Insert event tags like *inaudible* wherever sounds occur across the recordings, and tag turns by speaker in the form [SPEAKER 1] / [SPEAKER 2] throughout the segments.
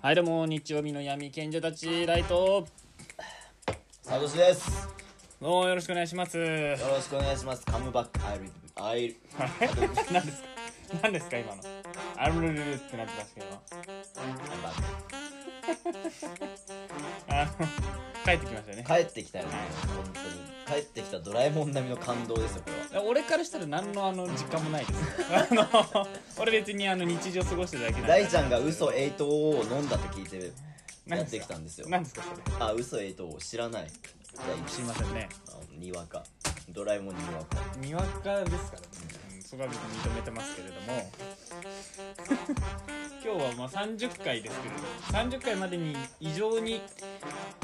[SPEAKER 1] はいどうも日曜日の闇賢者たちライト
[SPEAKER 2] サトシです
[SPEAKER 1] どうもよろしくお願いします *laughs* 何
[SPEAKER 2] よろしくお願いしますカムバックアイルアイル
[SPEAKER 1] ですか何ですか今のアルルルルってなってますけど
[SPEAKER 2] カムバック
[SPEAKER 1] あの帰ってきましたね
[SPEAKER 2] 帰ってきたよね本当に帰ってきたドラえもん並みの感動ですよこれは
[SPEAKER 1] 俺からしたら何のあの実感もないですあの俺別にあの日常過ごしてるだけなんで
[SPEAKER 2] 大ちゃんが嘘8を飲んだと聞いてや
[SPEAKER 1] 何
[SPEAKER 2] っ
[SPEAKER 1] で
[SPEAKER 2] て
[SPEAKER 1] す
[SPEAKER 2] き
[SPEAKER 1] か
[SPEAKER 2] たんですよ
[SPEAKER 1] 何ですかそれ
[SPEAKER 2] あ嘘8を知らないじゃあ
[SPEAKER 1] すいませんね
[SPEAKER 2] あにわかドラえもんにわか
[SPEAKER 1] にわかですからね、うん、そこは別に認めてますけれども *laughs* 今日はまあ30回ですけれど30回までに異常に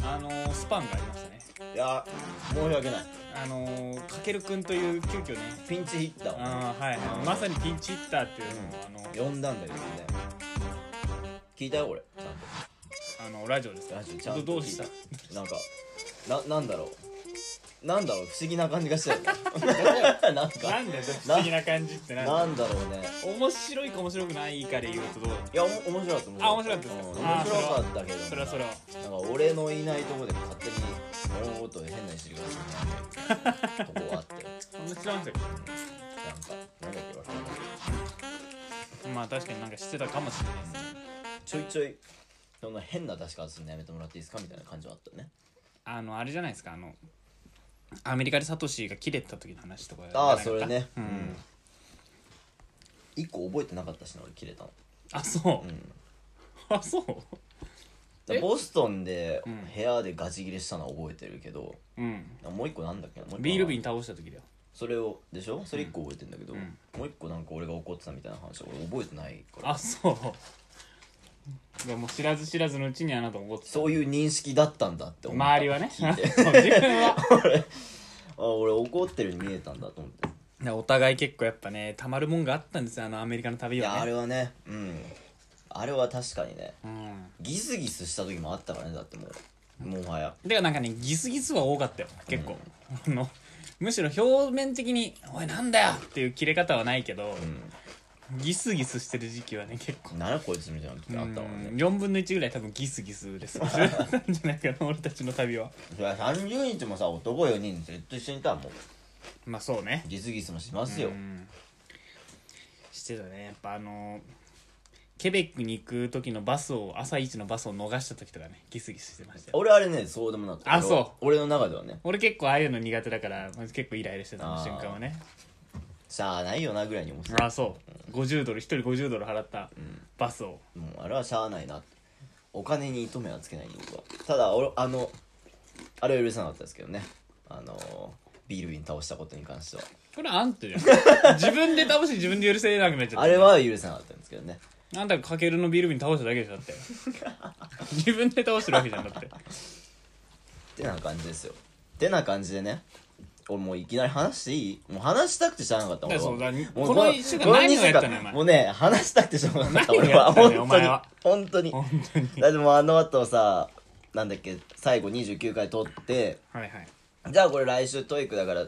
[SPEAKER 1] あのースパンがありましたね
[SPEAKER 2] いや申し訳ない
[SPEAKER 1] あのーかけるくんという急遽ね
[SPEAKER 2] ピンチヒッター
[SPEAKER 1] あー、はいはい、まさにピンチヒッターっていうのを、あの
[SPEAKER 2] を呼んだんだけどね聞いたよ俺ちゃんと
[SPEAKER 1] あのラジオですか
[SPEAKER 2] ラジオちゃんと
[SPEAKER 1] どうした
[SPEAKER 2] 聞いてなんかななんだろうなんだろう不思議な感じがしたよねなん
[SPEAKER 1] な
[SPEAKER 2] か
[SPEAKER 1] んだよ不思議な感じってなんだ
[SPEAKER 2] なんだろうね
[SPEAKER 1] 面白いか面白くないかで言うとどう
[SPEAKER 2] いやおも面白かった
[SPEAKER 1] あ面白かったですか
[SPEAKER 2] うん
[SPEAKER 1] あ
[SPEAKER 2] 面
[SPEAKER 1] ー
[SPEAKER 2] 白かったけど
[SPEAKER 1] それはそれは
[SPEAKER 2] なんか俺のいないとこで勝手に物事で変なにしてる感じになるとこはあって
[SPEAKER 1] そんな知らんすよ
[SPEAKER 2] なんかなんだっけわかんない
[SPEAKER 1] まあ確かになんか知ってたかもしれないですね
[SPEAKER 2] ちょいちょいそんな変な出し方するのやめてもらっていいですかみたいな感じはあったよね
[SPEAKER 1] あのあれじゃないですかあのアメリカでサトシが切れた時の話とか
[SPEAKER 2] ああ
[SPEAKER 1] じゃ
[SPEAKER 2] そ
[SPEAKER 1] なか
[SPEAKER 2] れ
[SPEAKER 1] った
[SPEAKER 2] ね
[SPEAKER 1] うん、
[SPEAKER 2] 一個覚えてなかったしな俺切れたの
[SPEAKER 1] あそう、
[SPEAKER 2] ん
[SPEAKER 1] あそうえ
[SPEAKER 2] ボストンで
[SPEAKER 1] ん
[SPEAKER 2] 部屋でガチ切れしたのは覚えてるけど、
[SPEAKER 1] うん
[SPEAKER 2] もう一個なんだっけなもう一個
[SPEAKER 1] ビール瓶倒した時だよ
[SPEAKER 2] それをでしょそれ一個覚えてんだけど、
[SPEAKER 1] ん
[SPEAKER 2] もう一個なんか俺が怒ってたみたいな話は俺覚えてないから
[SPEAKER 1] あそうでもう知らず知らずのうちにあなた怒ってた
[SPEAKER 2] そういう認識だったんだって思った
[SPEAKER 1] 周りはねそう
[SPEAKER 2] 聞いて
[SPEAKER 1] *laughs* 自分は
[SPEAKER 2] あ俺怒ってるように見えたんだと思って
[SPEAKER 1] でお互い結構やっぱねたまるもんがあったんですよあのアメリカの
[SPEAKER 2] い
[SPEAKER 1] 旅
[SPEAKER 2] や
[SPEAKER 1] は
[SPEAKER 2] あ
[SPEAKER 1] ね
[SPEAKER 2] れはねうんあれは確かにね
[SPEAKER 1] うん
[SPEAKER 2] ギスギスした時もあったからねだってもうもはや
[SPEAKER 1] でなんかねギスギスは多かったよ結構、 *laughs* あのむしろ表面的に「おいなんだよ!」っていう切れ方はないけど、ギスギスしてる時期はね結構
[SPEAKER 2] ならこいつみたいな時あったもんね
[SPEAKER 1] 4分の1ぐらい多分ギスギスです *laughs* じゃないかな俺たちの旅は
[SPEAKER 2] そりゃ30日もさ男4人ずっと一緒にいたらもう
[SPEAKER 1] まあそうね
[SPEAKER 2] ギスギスもします
[SPEAKER 1] う
[SPEAKER 2] よ、
[SPEAKER 1] んしてたねやっぱあのケベックに行く時のバスを朝一のバスを逃した時とかねギスギスしてましたよ
[SPEAKER 2] 俺あれねそうでもなかった
[SPEAKER 1] あそう
[SPEAKER 2] 俺の中ではね
[SPEAKER 1] 俺結構ああいうの苦手だから結構イライラしてたの
[SPEAKER 2] あー
[SPEAKER 1] 瞬間はね
[SPEAKER 2] しゃあないよなぐらいに思ってた
[SPEAKER 1] ああそう50ドル1人50ドル払ったバスを
[SPEAKER 2] もうあれはしゃあないなってお金に糸目はつけないんで僕はただ俺あのあれは許さなかったですけどねあのビール瓶倒したことに関しては
[SPEAKER 1] これあんた *laughs* じゃん自分で倒して自分で許せなくなっちゃった
[SPEAKER 2] あれは許さなかったんですけどね
[SPEAKER 1] あんたがかけるのビール瓶倒しただけでしょだって *laughs* 自分で倒してるわけじゃんだって
[SPEAKER 2] てな感じですよてな感じでね俺もういきなり話していいもう話したくてしゃあなかった
[SPEAKER 1] いや
[SPEAKER 2] 俺は
[SPEAKER 1] そうだに
[SPEAKER 2] もう
[SPEAKER 1] この一週間
[SPEAKER 2] この
[SPEAKER 1] 何をやったの
[SPEAKER 2] 二週
[SPEAKER 1] お前
[SPEAKER 2] 間もうね話したくてしゃあなかった
[SPEAKER 1] 何を
[SPEAKER 2] 俺
[SPEAKER 1] や
[SPEAKER 2] は
[SPEAKER 1] ったの
[SPEAKER 2] 本
[SPEAKER 1] よ
[SPEAKER 2] 当
[SPEAKER 1] お
[SPEAKER 2] に
[SPEAKER 1] 前は
[SPEAKER 2] 本当に
[SPEAKER 1] 本当に
[SPEAKER 2] だってもうあの後さなんだっけ最後29回取って
[SPEAKER 1] はいはい
[SPEAKER 2] じゃあこれ来週トイックだから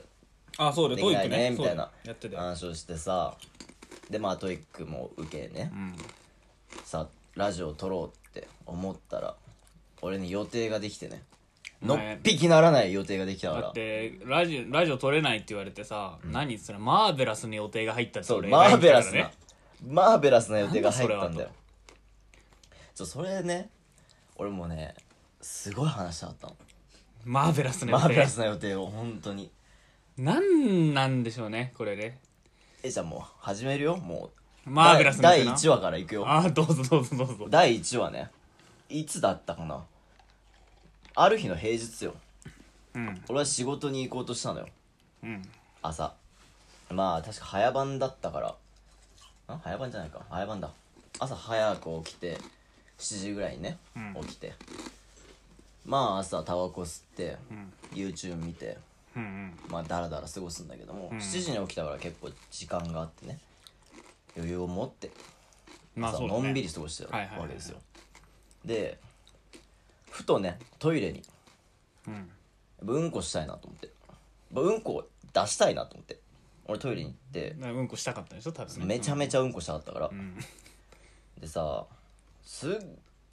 [SPEAKER 1] あそうだ
[SPEAKER 2] で
[SPEAKER 1] ト
[SPEAKER 2] き
[SPEAKER 1] イッ
[SPEAKER 2] な
[SPEAKER 1] ク
[SPEAKER 2] いね
[SPEAKER 1] ね
[SPEAKER 2] み
[SPEAKER 1] そう
[SPEAKER 2] た
[SPEAKER 1] だ
[SPEAKER 2] いな
[SPEAKER 1] やってたよ
[SPEAKER 2] 話をしてさでまあトイックも受けね
[SPEAKER 1] うん
[SPEAKER 2] さラジオ撮ろうって思ったら俺に予定ができてねのっ
[SPEAKER 1] 前
[SPEAKER 2] ぴきならない予定ができたか
[SPEAKER 1] だ
[SPEAKER 2] ら
[SPEAKER 1] ってラジオラジオ撮れないって言われてさ、何それマーベラスの予定が入ったって
[SPEAKER 2] そう
[SPEAKER 1] 俺
[SPEAKER 2] マーベラス
[SPEAKER 1] 言っ
[SPEAKER 2] な
[SPEAKER 1] て
[SPEAKER 2] マーベラスな予定が入っ
[SPEAKER 1] な
[SPEAKER 2] た
[SPEAKER 1] ん
[SPEAKER 2] ん
[SPEAKER 1] だそ
[SPEAKER 2] だ
[SPEAKER 1] れ
[SPEAKER 2] よちょそれね俺もねすごい話したかったの
[SPEAKER 1] たからねマーベラスの予
[SPEAKER 2] マーベ
[SPEAKER 1] 定
[SPEAKER 2] ラスな予定を本当に
[SPEAKER 1] なんなんでしょうねこれで
[SPEAKER 2] えじゃあもう始めるよもう
[SPEAKER 1] マーベラスの予定
[SPEAKER 2] 第
[SPEAKER 1] な
[SPEAKER 2] 1話からいくよ
[SPEAKER 1] ああどうぞどうぞどうぞ
[SPEAKER 2] 第1話ねいつだったかなある日の平日よ
[SPEAKER 1] うん
[SPEAKER 2] 俺は仕事に行こうとしたのよ
[SPEAKER 1] うん
[SPEAKER 2] 朝まあ確か早番だったからん早番じゃないか早番だ朝早く起きて7時ぐらいにね、
[SPEAKER 1] うん
[SPEAKER 2] 起きてまあ朝タバコ吸って、
[SPEAKER 1] ん
[SPEAKER 2] YouTube 見て
[SPEAKER 1] うんうん
[SPEAKER 2] まあダラダラ過ごすんだけども、
[SPEAKER 1] ん
[SPEAKER 2] 7時に起きたから結構時間があってね余裕を持って
[SPEAKER 1] まあ
[SPEAKER 2] 朝
[SPEAKER 1] そうだ、
[SPEAKER 2] の
[SPEAKER 1] ね、
[SPEAKER 2] んびり過ごしてた
[SPEAKER 1] はいはいはいはい
[SPEAKER 2] わけですよ、でふとねトイレに
[SPEAKER 1] うん
[SPEAKER 2] うんこしたいなと思ってうんこを出したいなと思って俺トイレに行って
[SPEAKER 1] だからうんこしたかったでしょ多分ね
[SPEAKER 2] めちゃめちゃうんこしたかったから、
[SPEAKER 1] うん
[SPEAKER 2] でさすっ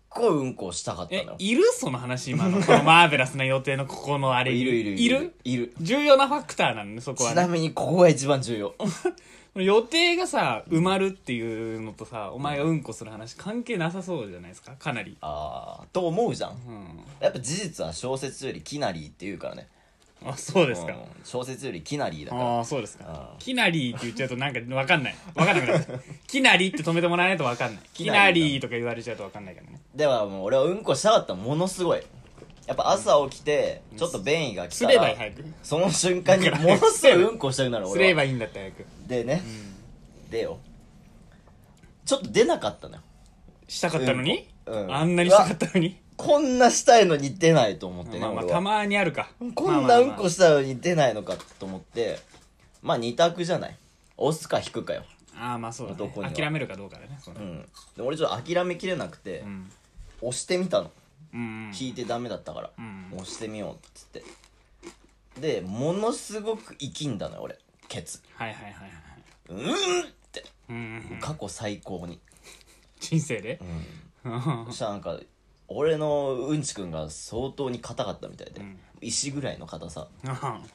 [SPEAKER 2] ごいうんこをしたかった
[SPEAKER 1] え
[SPEAKER 2] のよ
[SPEAKER 1] いるその話今のこ *laughs* のマーベラスな予定のここのあれに
[SPEAKER 2] いるいる
[SPEAKER 1] いる
[SPEAKER 2] いる
[SPEAKER 1] 重要なファクターなんでそこは
[SPEAKER 2] ち
[SPEAKER 1] ね
[SPEAKER 2] なみにここが一番重要
[SPEAKER 1] 予定がさ埋まるっていうのとさお前がうんこする話関係なさそうじゃないですかかなり
[SPEAKER 2] ああと思うじゃん
[SPEAKER 1] うん
[SPEAKER 2] やっぱ事実は小説よりきなりって言うからね
[SPEAKER 1] あそうですか
[SPEAKER 2] うん小説よりきなりだから
[SPEAKER 1] ああそうですか
[SPEAKER 2] あー
[SPEAKER 1] きなりって言っちゃうとなんか分かんない分かんなくなっ
[SPEAKER 2] *laughs*
[SPEAKER 1] ちゃうきなりって止めてもらわないと分かんないき
[SPEAKER 2] き
[SPEAKER 1] な
[SPEAKER 2] なり
[SPEAKER 1] りとか言われちゃうと分かんないからね
[SPEAKER 2] ではもう俺はうんこしたかったものすごいやっぱ朝起きてちょっと便意が来
[SPEAKER 1] す
[SPEAKER 2] た
[SPEAKER 1] ればいい
[SPEAKER 2] ら
[SPEAKER 1] 早く
[SPEAKER 2] その瞬間にものすごいうんこしたくなる
[SPEAKER 1] すれ
[SPEAKER 2] 俺
[SPEAKER 1] ば
[SPEAKER 2] はい
[SPEAKER 1] いんだって早く
[SPEAKER 2] でね
[SPEAKER 1] ん
[SPEAKER 2] 出よちょっと出なかったのよ
[SPEAKER 1] したかったのに
[SPEAKER 2] うんうん
[SPEAKER 1] あんなにしたかったのに
[SPEAKER 2] こんなしたいのに出ないと思ってね
[SPEAKER 1] まあまあ
[SPEAKER 2] 俺
[SPEAKER 1] た
[SPEAKER 2] は
[SPEAKER 1] まにあるか
[SPEAKER 2] こんなうんこ
[SPEAKER 1] し
[SPEAKER 2] したのに出ないのかと思ってまあ二択じゃない押すか引くかよ
[SPEAKER 1] ああまあそうだね
[SPEAKER 2] 男には
[SPEAKER 1] 諦めるかどうかだねそれ
[SPEAKER 2] うんで俺ちょっと諦めきれなくて
[SPEAKER 1] うん
[SPEAKER 2] 押してみたの
[SPEAKER 1] うん
[SPEAKER 2] 引いてダメだったから
[SPEAKER 1] うん
[SPEAKER 2] 押してみようっつってでものすごく生きんだのよ俺ケツ
[SPEAKER 1] はいはいはいはい
[SPEAKER 2] うんって
[SPEAKER 1] うんうん
[SPEAKER 2] 過去最高に
[SPEAKER 1] 人生で *laughs*
[SPEAKER 2] そしたらなんか俺のうんちくんが相当に硬かったみたいで、
[SPEAKER 1] ん
[SPEAKER 2] 石ぐらいの硬さ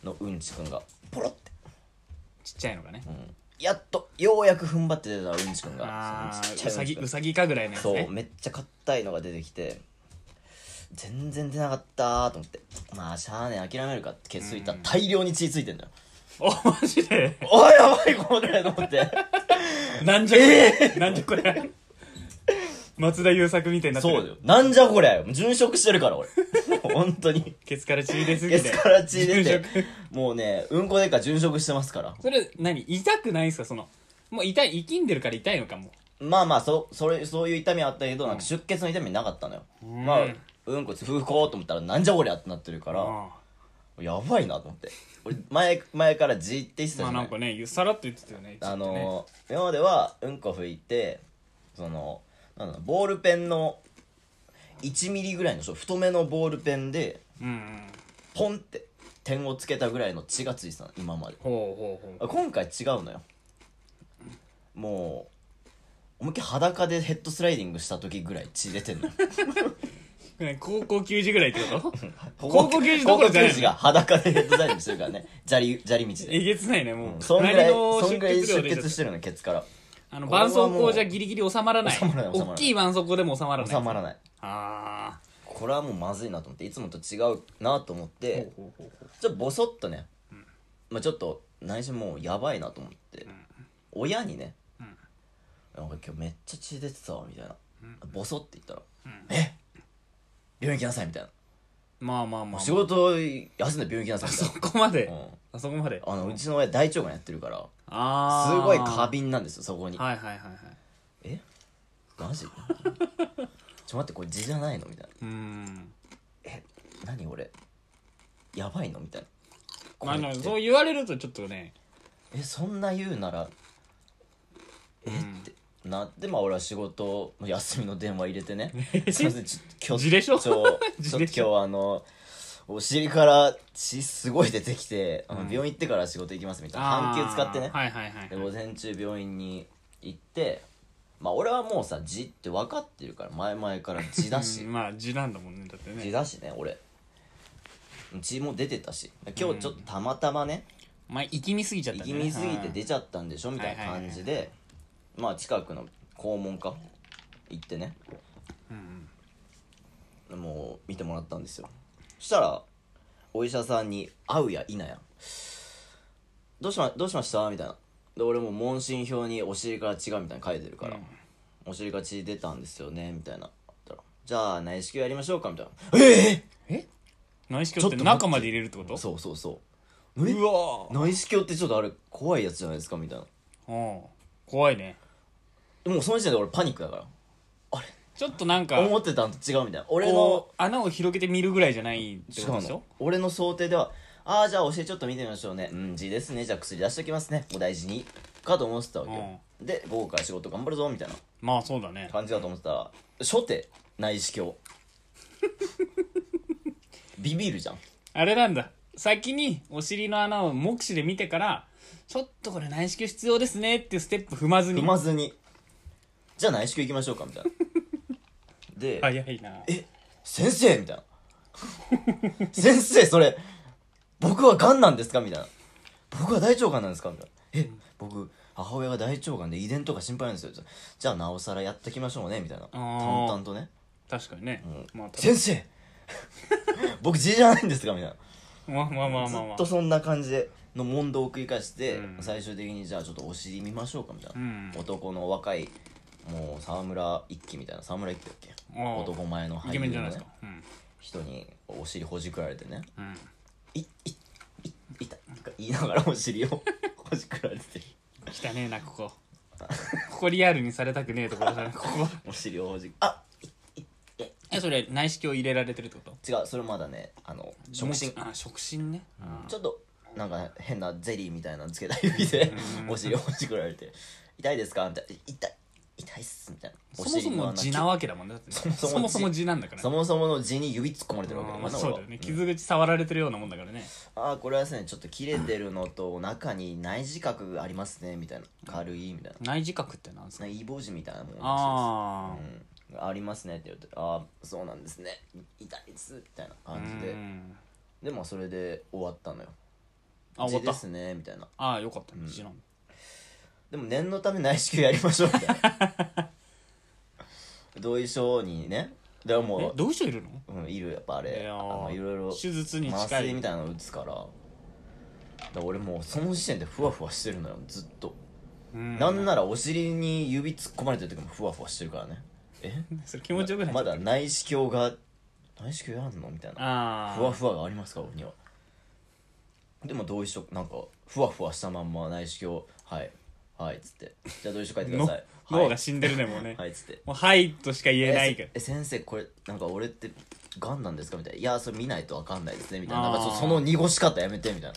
[SPEAKER 2] のうんちくんがポロって、
[SPEAKER 1] ちっちゃいのがね
[SPEAKER 2] うんやっとようやく踏ん張って出たうんちくんが
[SPEAKER 1] あ
[SPEAKER 2] その
[SPEAKER 1] あ
[SPEAKER 2] ちっちゃ
[SPEAKER 1] う
[SPEAKER 2] い
[SPEAKER 1] さ
[SPEAKER 2] うんち
[SPEAKER 1] ぎ
[SPEAKER 2] くん
[SPEAKER 1] うさぎかぐらいのやつ
[SPEAKER 2] そう
[SPEAKER 1] ね
[SPEAKER 2] めっちゃ硬いのが出てきて全然出なかったーと思ってまあしゃあねえ諦めるかって気ついたら大量に血つ
[SPEAKER 1] *laughs*
[SPEAKER 2] いてんだよ、
[SPEAKER 1] おマジ
[SPEAKER 2] *laughs*
[SPEAKER 1] で
[SPEAKER 2] あやばいこれと思って
[SPEAKER 1] なんじゃこれなんじゃこれ松田優作みたいになってる
[SPEAKER 2] そうだよなんじゃこりゃ殉職してるから
[SPEAKER 1] *laughs*
[SPEAKER 2] 俺本当に
[SPEAKER 1] ケツから血出すぎ
[SPEAKER 2] ゲ
[SPEAKER 1] て
[SPEAKER 2] スから血出て
[SPEAKER 1] 殉職
[SPEAKER 2] もうねうんこでか殉職してますから
[SPEAKER 1] *laughs* それ何痛くないんすかそのもう痛い生きんでるから痛いのかも
[SPEAKER 2] まあまあそそれそういう痛みはあったけどなんか出血の痛みなかったのよ、
[SPEAKER 1] ん
[SPEAKER 2] まあうんこ痛こうと思ったらなんじゃこりゃってなってるから、
[SPEAKER 1] あ
[SPEAKER 2] やばいなと思って俺前前からじーって言ってた
[SPEAKER 1] ま
[SPEAKER 2] じ
[SPEAKER 1] あな
[SPEAKER 2] ゃない、
[SPEAKER 1] んかねゆさらっと言ってたよね
[SPEAKER 2] あのー今まではうんこ拭いてそのなんだろうボールペンの1ミリぐらいのそう太めのボールペンで
[SPEAKER 1] うんうん
[SPEAKER 2] ポンって点をつけたぐらいの血がついてたの今まで
[SPEAKER 1] ほうほうほう
[SPEAKER 2] あ今回違うのよもう思いっきり裸でヘッドスライディングした時ぐらい血出てん
[SPEAKER 1] *laughs*
[SPEAKER 2] のよ
[SPEAKER 1] ね高校球児ぐらいってこと
[SPEAKER 2] 高
[SPEAKER 1] 校球児どころじゃない
[SPEAKER 2] 高校球児が裸でヘッドスライディングしてるから *laughs* ね砂利砂利道で
[SPEAKER 1] えげつないねもう、
[SPEAKER 2] そんぐらい
[SPEAKER 1] 隣の
[SPEAKER 2] そんぐらい
[SPEAKER 1] 出血量
[SPEAKER 2] 出
[SPEAKER 1] で
[SPEAKER 2] 血してるのケツから
[SPEAKER 1] あの
[SPEAKER 2] これは
[SPEAKER 1] 絆創
[SPEAKER 2] も
[SPEAKER 1] 膏
[SPEAKER 2] う
[SPEAKER 1] じゃギリギリ収まらない
[SPEAKER 2] 収まらない収まらない
[SPEAKER 1] 大きい絆創膏でも収まらない
[SPEAKER 2] 収まらない
[SPEAKER 1] あ
[SPEAKER 2] これはもうまずいなと思っていつもと違うなと思っ
[SPEAKER 1] あ
[SPEAKER 2] て
[SPEAKER 1] ほうほうほう
[SPEAKER 2] ちょっとボソッとね、まあ、ちょっと内心もうやばいなと思って、親にね、
[SPEAKER 1] ん
[SPEAKER 2] なんか今日めっちゃ血出てたわみたいな、ボソって言ったら「
[SPEAKER 1] ん
[SPEAKER 2] え病院行きなさい」みたいな
[SPEAKER 1] まあまあまあ、ま
[SPEAKER 2] 「
[SPEAKER 1] あ、
[SPEAKER 2] 仕事休んで病院行きなさい」みた
[SPEAKER 1] そ
[SPEAKER 2] い
[SPEAKER 1] こまで、
[SPEAKER 2] な、うん、
[SPEAKER 1] あそこまで
[SPEAKER 2] あのうちの親大腸がんやってるから
[SPEAKER 1] あ
[SPEAKER 2] す
[SPEAKER 1] ー
[SPEAKER 2] ごい過敏なんですよそこに
[SPEAKER 1] はいはいはいはい
[SPEAKER 2] 「えマジ *laughs* ちょ待ってこれ血じゃないの?」みたいな
[SPEAKER 1] うーん
[SPEAKER 2] 「え何俺やばいの?」みたいな「
[SPEAKER 1] まあでも
[SPEAKER 2] これって
[SPEAKER 1] そう言われるとちょっとね
[SPEAKER 2] えそんな言うならえってなってまあ俺は仕事休みの電話入れ
[SPEAKER 1] *laughs*
[SPEAKER 2] てねすいませんちょっと今日
[SPEAKER 1] 地でしょ
[SPEAKER 2] ちょ
[SPEAKER 1] *laughs*
[SPEAKER 2] ち
[SPEAKER 1] 地
[SPEAKER 2] ょっと
[SPEAKER 1] で
[SPEAKER 2] 今
[SPEAKER 1] し
[SPEAKER 2] 日
[SPEAKER 1] ょ
[SPEAKER 2] あのお尻から血すごい出てきて、あの病院行ってから仕事行きますみたいな
[SPEAKER 1] あー
[SPEAKER 2] 半休使ってね、
[SPEAKER 1] はいはいはい
[SPEAKER 2] で午前中病院に行ってまあ俺はもうさ字って分かってるから前々から字だし
[SPEAKER 1] うんまあ地なんだもんねだって
[SPEAKER 2] 血
[SPEAKER 1] ね
[SPEAKER 2] だしね俺血も出てたし今日ちょっとたまたまね、
[SPEAKER 1] まあ生きみすぎちゃった
[SPEAKER 2] 行き見すぎて出
[SPEAKER 1] ち
[SPEAKER 2] ちゃったんでしょみたいな感じでまあ近くの肛門科行ってねもう見てもらったんですよそしたらお医者さんに会うや否やどうしまどうしましたみたいなで俺も問診票にお尻から血がみたいに書いてるから、お尻から血出たんですよねみたいな言ったらじゃあ内視鏡やりましょうかみたいなえ
[SPEAKER 1] 内視鏡っ
[SPEAKER 2] ち
[SPEAKER 1] て
[SPEAKER 2] ょっと待って
[SPEAKER 1] 中まで入れるってこと
[SPEAKER 2] えそうそうそうう
[SPEAKER 1] わ
[SPEAKER 2] 内視鏡ってちょっとあれ怖いやつじゃないですかみたいな
[SPEAKER 1] うん怖いね
[SPEAKER 2] でもうその時点で俺パニックだから
[SPEAKER 1] ちょっとなんか
[SPEAKER 2] 思ってたんと違うみたいな俺の
[SPEAKER 1] こう穴を広げて見るぐらいじゃないって
[SPEAKER 2] 違
[SPEAKER 1] こと
[SPEAKER 2] う
[SPEAKER 1] でしょ
[SPEAKER 2] の俺の想定ではああじゃあ教えちょっと見てみましょうねうん字ですねじゃあ薬出しときますねお大事にかと思ってたわけよ、で午後から仕事頑張るぞみたいな
[SPEAKER 1] まあそうだね
[SPEAKER 2] 感じだと思ってたら初手内視鏡 *laughs* ビビるじゃん
[SPEAKER 1] あれなんだ先にお尻の穴を目視で見てからちょっとこれ内視鏡必要ですねっていうステップ踏まずに
[SPEAKER 2] 踏まずにじゃあ内視鏡行きましょうかみたいなで、
[SPEAKER 1] 早いな
[SPEAKER 2] え先生みたいな先生それ僕はがんなんですかみたいな僕は大腸がんなんですかみたいなえ僕母親が大腸がんで遺伝とか心配なんですよじゃあなおさらやってきましょうねみたいな淡
[SPEAKER 1] ー
[SPEAKER 2] 々とね、
[SPEAKER 1] 確かにね、
[SPEAKER 2] うん
[SPEAKER 1] まあた
[SPEAKER 2] 先生 *laughs* 僕字じゃないんですかみたいな
[SPEAKER 1] まあまあまあ
[SPEAKER 2] ず
[SPEAKER 1] まあま
[SPEAKER 2] っ
[SPEAKER 1] あ
[SPEAKER 2] とそんな感じでの問答を繰り返して、
[SPEAKER 1] うん
[SPEAKER 2] 最終的にじゃあちょっとお尻見ましょうかみたいな、
[SPEAKER 1] うん
[SPEAKER 2] 男の若いもう沢村一輝みたいな沢村一輝だっけ
[SPEAKER 1] あー
[SPEAKER 2] 男前の
[SPEAKER 1] イ
[SPEAKER 2] 俳
[SPEAKER 1] ケ
[SPEAKER 2] 優
[SPEAKER 1] メ
[SPEAKER 2] の、
[SPEAKER 1] ンじゃない
[SPEAKER 2] ね
[SPEAKER 1] ですか、うん
[SPEAKER 2] 人にお尻ほじくられてね
[SPEAKER 1] うん
[SPEAKER 2] 「いいいい痛い」とか言いながらお尻を *laughs* ほじくられて
[SPEAKER 1] 汚ねえなここここリアルにされたくねえところじ
[SPEAKER 2] *laughs*
[SPEAKER 1] ゃないここ
[SPEAKER 2] お尻をほじくあ
[SPEAKER 1] えそれ内視鏡入れられてるってこと
[SPEAKER 2] 違うそれまだねあの触診
[SPEAKER 1] あ触診ねあ
[SPEAKER 2] ちょっとなんか変なゼリーみたいなのつけた指で
[SPEAKER 1] うん
[SPEAKER 2] お尻をほじくられて「痛いですか?」みたいな「痛い痛いっす」みたいな
[SPEAKER 1] そもそも
[SPEAKER 2] お
[SPEAKER 1] 地
[SPEAKER 2] 尻の
[SPEAKER 1] な
[SPEAKER 2] 穴
[SPEAKER 1] わけだもんねだって
[SPEAKER 2] そもそも
[SPEAKER 1] そもそも地なんだから
[SPEAKER 2] そもそもの字に指突っ込まれてるわけだ
[SPEAKER 1] あ
[SPEAKER 2] か
[SPEAKER 1] ま
[SPEAKER 2] ら
[SPEAKER 1] あ
[SPEAKER 2] な
[SPEAKER 1] そうだよね傷口触られてるようなもんだからね
[SPEAKER 2] ああこれはですねちょっと切れてるのと中に内耳角がありますねみたいな軽いみたいな
[SPEAKER 1] 内耳角ってなんですか
[SPEAKER 2] なイボ痔みたいなもんらしいです
[SPEAKER 1] あ
[SPEAKER 2] うんありますねって言って「ああそうなんですね痛いです」みたいな
[SPEAKER 1] あう
[SPEAKER 2] 感じで
[SPEAKER 1] ん
[SPEAKER 2] でまあそれで終わったのよ「
[SPEAKER 1] あ終わ
[SPEAKER 2] 無
[SPEAKER 1] っ
[SPEAKER 2] 事で
[SPEAKER 1] た
[SPEAKER 2] すね」みたいな
[SPEAKER 1] ああよかったね地なんだ
[SPEAKER 2] でも念のため内視鏡やりましょうみたいな
[SPEAKER 1] *laughs*
[SPEAKER 2] 同意書にねでも
[SPEAKER 1] え
[SPEAKER 2] も
[SPEAKER 1] どういう人いるの
[SPEAKER 2] う、うん、いるやっぱあれ
[SPEAKER 1] い
[SPEAKER 2] あ
[SPEAKER 1] やー
[SPEAKER 2] のいろいろ
[SPEAKER 1] 手術に
[SPEAKER 2] 麻
[SPEAKER 1] 近
[SPEAKER 2] 酔
[SPEAKER 1] い
[SPEAKER 2] みたいなの打つからだから俺もうその時点でふわふわしてるのよずっと、
[SPEAKER 1] うん
[SPEAKER 2] なんならお尻に指突っ込まれてる時もふわふわしてるからねえ
[SPEAKER 1] それ気持ちよくない
[SPEAKER 2] *laughs* まだ内視鏡が内視鏡やんのみたいな
[SPEAKER 1] ああ
[SPEAKER 2] ふわふわがありますから俺にはでも同意書なんかふわふわしたまんま内視鏡はいはいっつってじゃあ同意書書いてくだ
[SPEAKER 1] の
[SPEAKER 2] さい
[SPEAKER 1] 脳
[SPEAKER 2] は
[SPEAKER 1] が
[SPEAKER 2] い
[SPEAKER 1] 死んでるねもうね
[SPEAKER 2] はいっつって
[SPEAKER 1] もう「はい」としか言えないから
[SPEAKER 2] えせえ先生これなんか俺ってがんなんですかみたいないやそれ見ないとわかんないですねみたいな
[SPEAKER 1] あー
[SPEAKER 2] なんかちょその濁し方やめてみた
[SPEAKER 1] *laughs*
[SPEAKER 2] い